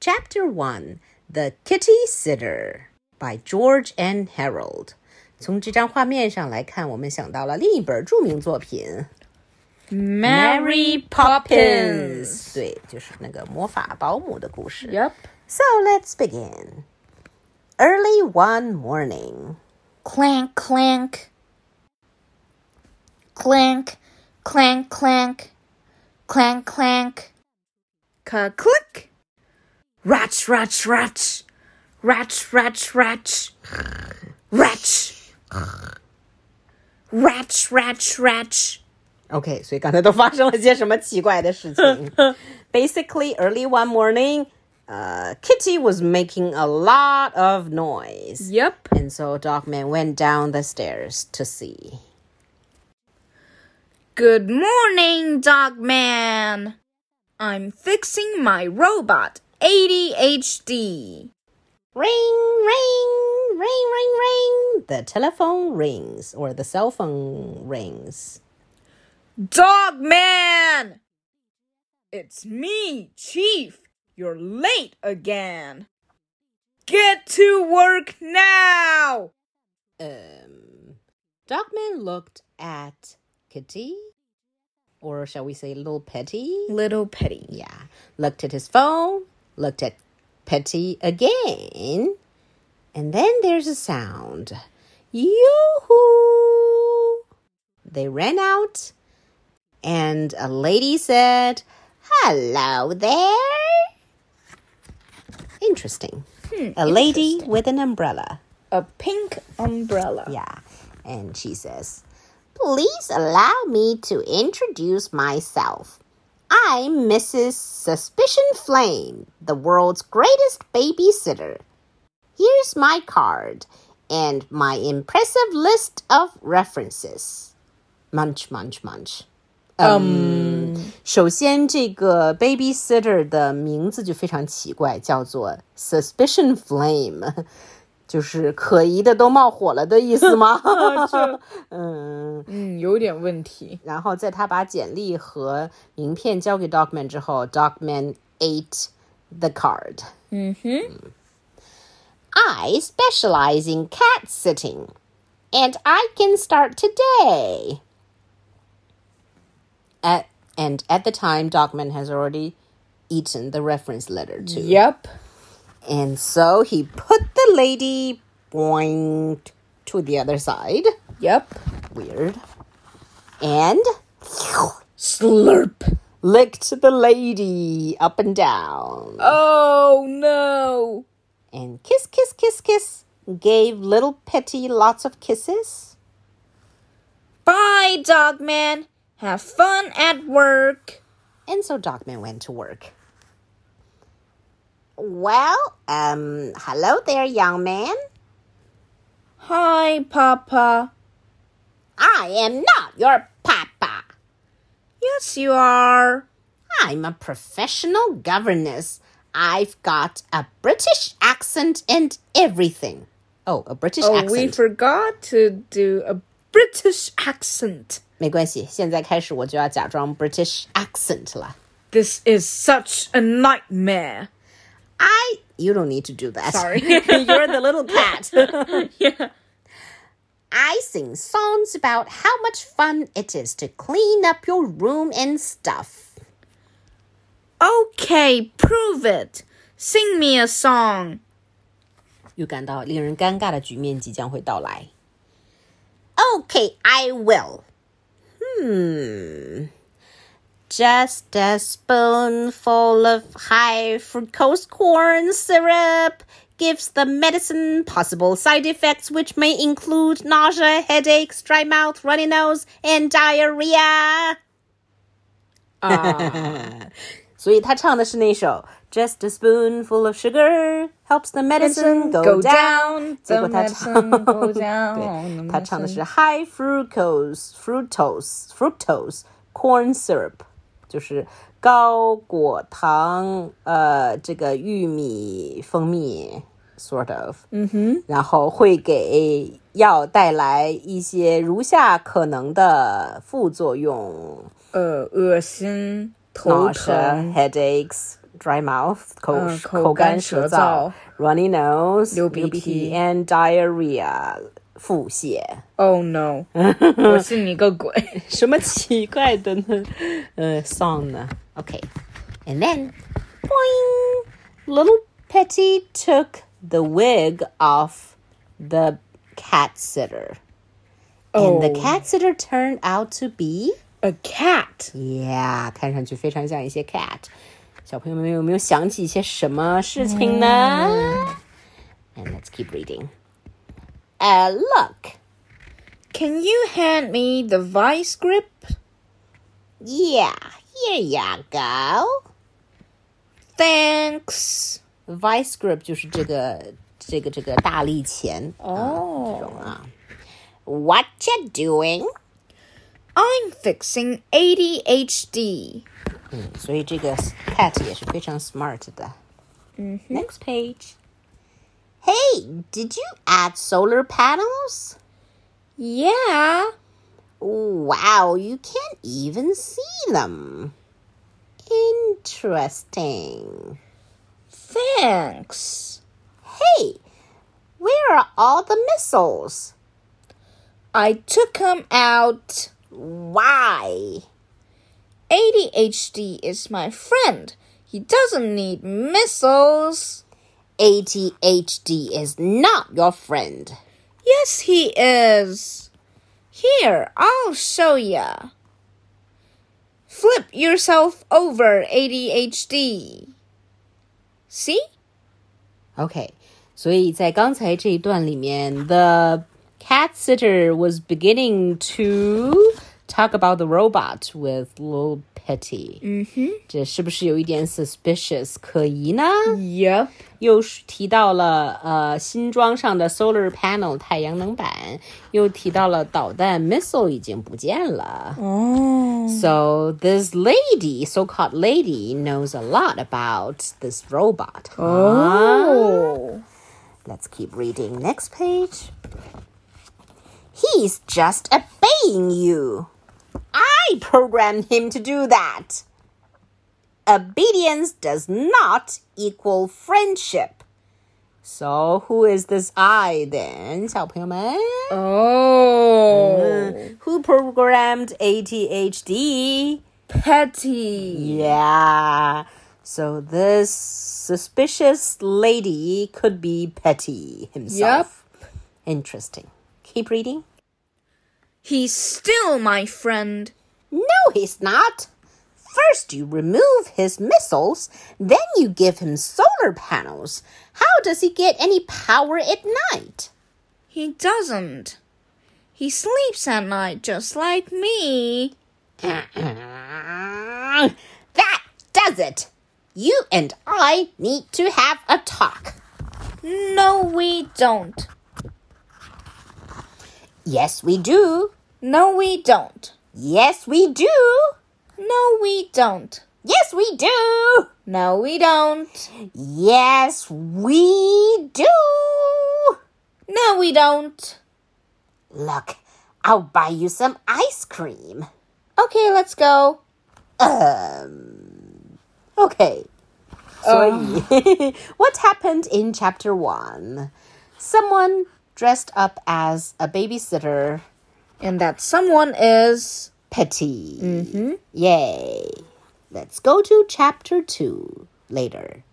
Chapter 1 The Kitty Sitter by George N. Harold。从这张画面上来看，我们想到了另一本著名作品 Mary Poppins. 对，就是那个魔法保姆的故事。 Yep. So let's begin. Early one morning, Clank, clank. Clank, clank, clank. Clank, clank. Ka click. Ratch, ratch, ratch. Ratch, ratch, ratch. Ratch. Ratch, ratch, ratch. Okay, 所以刚才都发生了些什么奇怪的事情？Basically, early one morning, uh, Kitty was making a lot of noise, Yep. and so Dogman went down the stairs to see. Good morning, Dogman. I'm fixing my robot ADHD. Ring, ring, ring, ring, ring. The telephone rings, or the cell phone rings. Dogman! It's me, Chief. You're late again. Get to work now! Um, Dogman looked at Kitty, or shall we say, little Petty? Little Petty. Yeah. Looked at his phone, looked at Petty again, and then there's a sound. Yoo-hoo! They ran out, and a lady said, Hello there. Interesting. a lady with an umbrella. Hmm, A pink umbrella. Yeah. And she says, Please allow me to introduce myself. I'm Mrs. Suspicion Flame, the world's greatest babysitter. Here's my card and my impressive list of references. Munch, munch, munch. Um, 首先，这个 babysitter 的名字就非常奇怪，叫做 suspicion flame，就是可疑的都冒火了的意思吗？ 嗯，Hmm, 嗯，有点问题。然后在他把简历和名片交给 Dogman 之后，Dogman ate the card。I specialize in cat sitting, and I can start today. At, and at the time, Dogman has already eaten the reference letter too. Yep. And so he put the lady boing to the other side. Yep. Weird. And Slurp. licked the lady up and down. Oh no. And kiss, kiss, kiss, kiss. Gave little Petty lots of kisses. Bye, Dogman. Have fun at work. And so Dogman went to work. Well, um, hello there, young man. Hi, Papa. I am not your papa. Yes, you are. I'm a professional governess. I've got a British accent and everything. Oh, a British Oh, we accent. forgot to do a British accent. 没关系，现在开始我就要假装 British accent 了。 This is such a nightmare. I you don't need to do that. Sorry. You're the little cat. yeah. I sing songs about how much fun it is to clean up your room and stuff. Okay, prove it. Sing me a song. 预感到令人尴尬的局面即将会到来。Okay, I will. Hmm. Just a spoonful of high fructose corn syrup gives the medicine possible side effects, which may include nausea, headaches, dry mouth, runny nose, and diarrhea. Ah. 所以他唱的是那首 Just a spoonful of sugar helps the medicine go, Go down down, 结果 the 他 medicine 唱 go 对 down, 他唱的是 high fructose fructose fructose corn syrup，就是高果糖呃这个玉米蜂蜜 sort of，嗯哼，然后会给药带来一些如下可能的副作用：呃，恶心，头脑舌疼 headaches。 dry mouth 口、嗯口干舌口干舌燥，runny nose 流鼻涕 and diarrhea 腹泻， Oh no！我信你个鬼！什么奇怪的呢？呃，song 呢？OK，and、then boing little Petty took the wig off the cat sitter. And the Oh. cat sitter turned out to be A cat. Yeah，看上去非常像一些 cat。小朋友们有没有想起一些什么事情呢、And let's keep reading. Uh, look. Can you hand me the vice grip? Yeah, here you go. Thanks. Vice grip 就是这个这个这个大力钳这 Oh. 种啊。What you doing？ I'm fixing ADHD. 嗯，所以这个 cat 也是非常 smart 的。嗯、Next page. Hey, did you add solar panels? Yeah. Wow, you can't even see them. Interesting. Thanks. Hey, where are all the missiles? I took 'em out. Why? ADHD is my friend. He doesn't need missiles. ADHD is not your friend. Yes, he is. Here, I'll show ya. Flip yourself over, ADHD. See? Okay, 所以在刚才这一段里面，the cat sitter was beginning to talk about the robot with little Petty。嗯哼，这是不是有一点 suspicious 可疑呢？ Yep. 又是提到了呃新装上的 solar panel 太阳能板，又提到了导弹 missile 已经不见了。 Oh. So this lady, so-called lady, knows a lot about this robot. huh? Oh. Let's keep reading. Next page. He's just obeying you. I programmed him to do that. Obedience does not equal friendship. So, who is this I then, 小朋友们? Oh. Who programmed ADHD? Petty. Yeah. So, this suspicious lady could be Petty himself. Interesting. Keep reading. He's still my friend. No, he's not. First, you remove his missiles, then you give him solar panels. How does he get any power at night? He doesn't. He sleeps at night just like me. that does it. You and I need to have a talk. No, we don't. Yes, we do. No, we don't. Yes, we do. No, we don't. Yes, we do. No, we don't. Yes, we do. No, we don't. Look, I'll buy you some ice cream. Okay, let's go. Okay. So, what happened in chapter one? Someone dressed up as a babysitter, And that someone is. Petty. Mm-hmm. Yay. Let's go to chapter two later.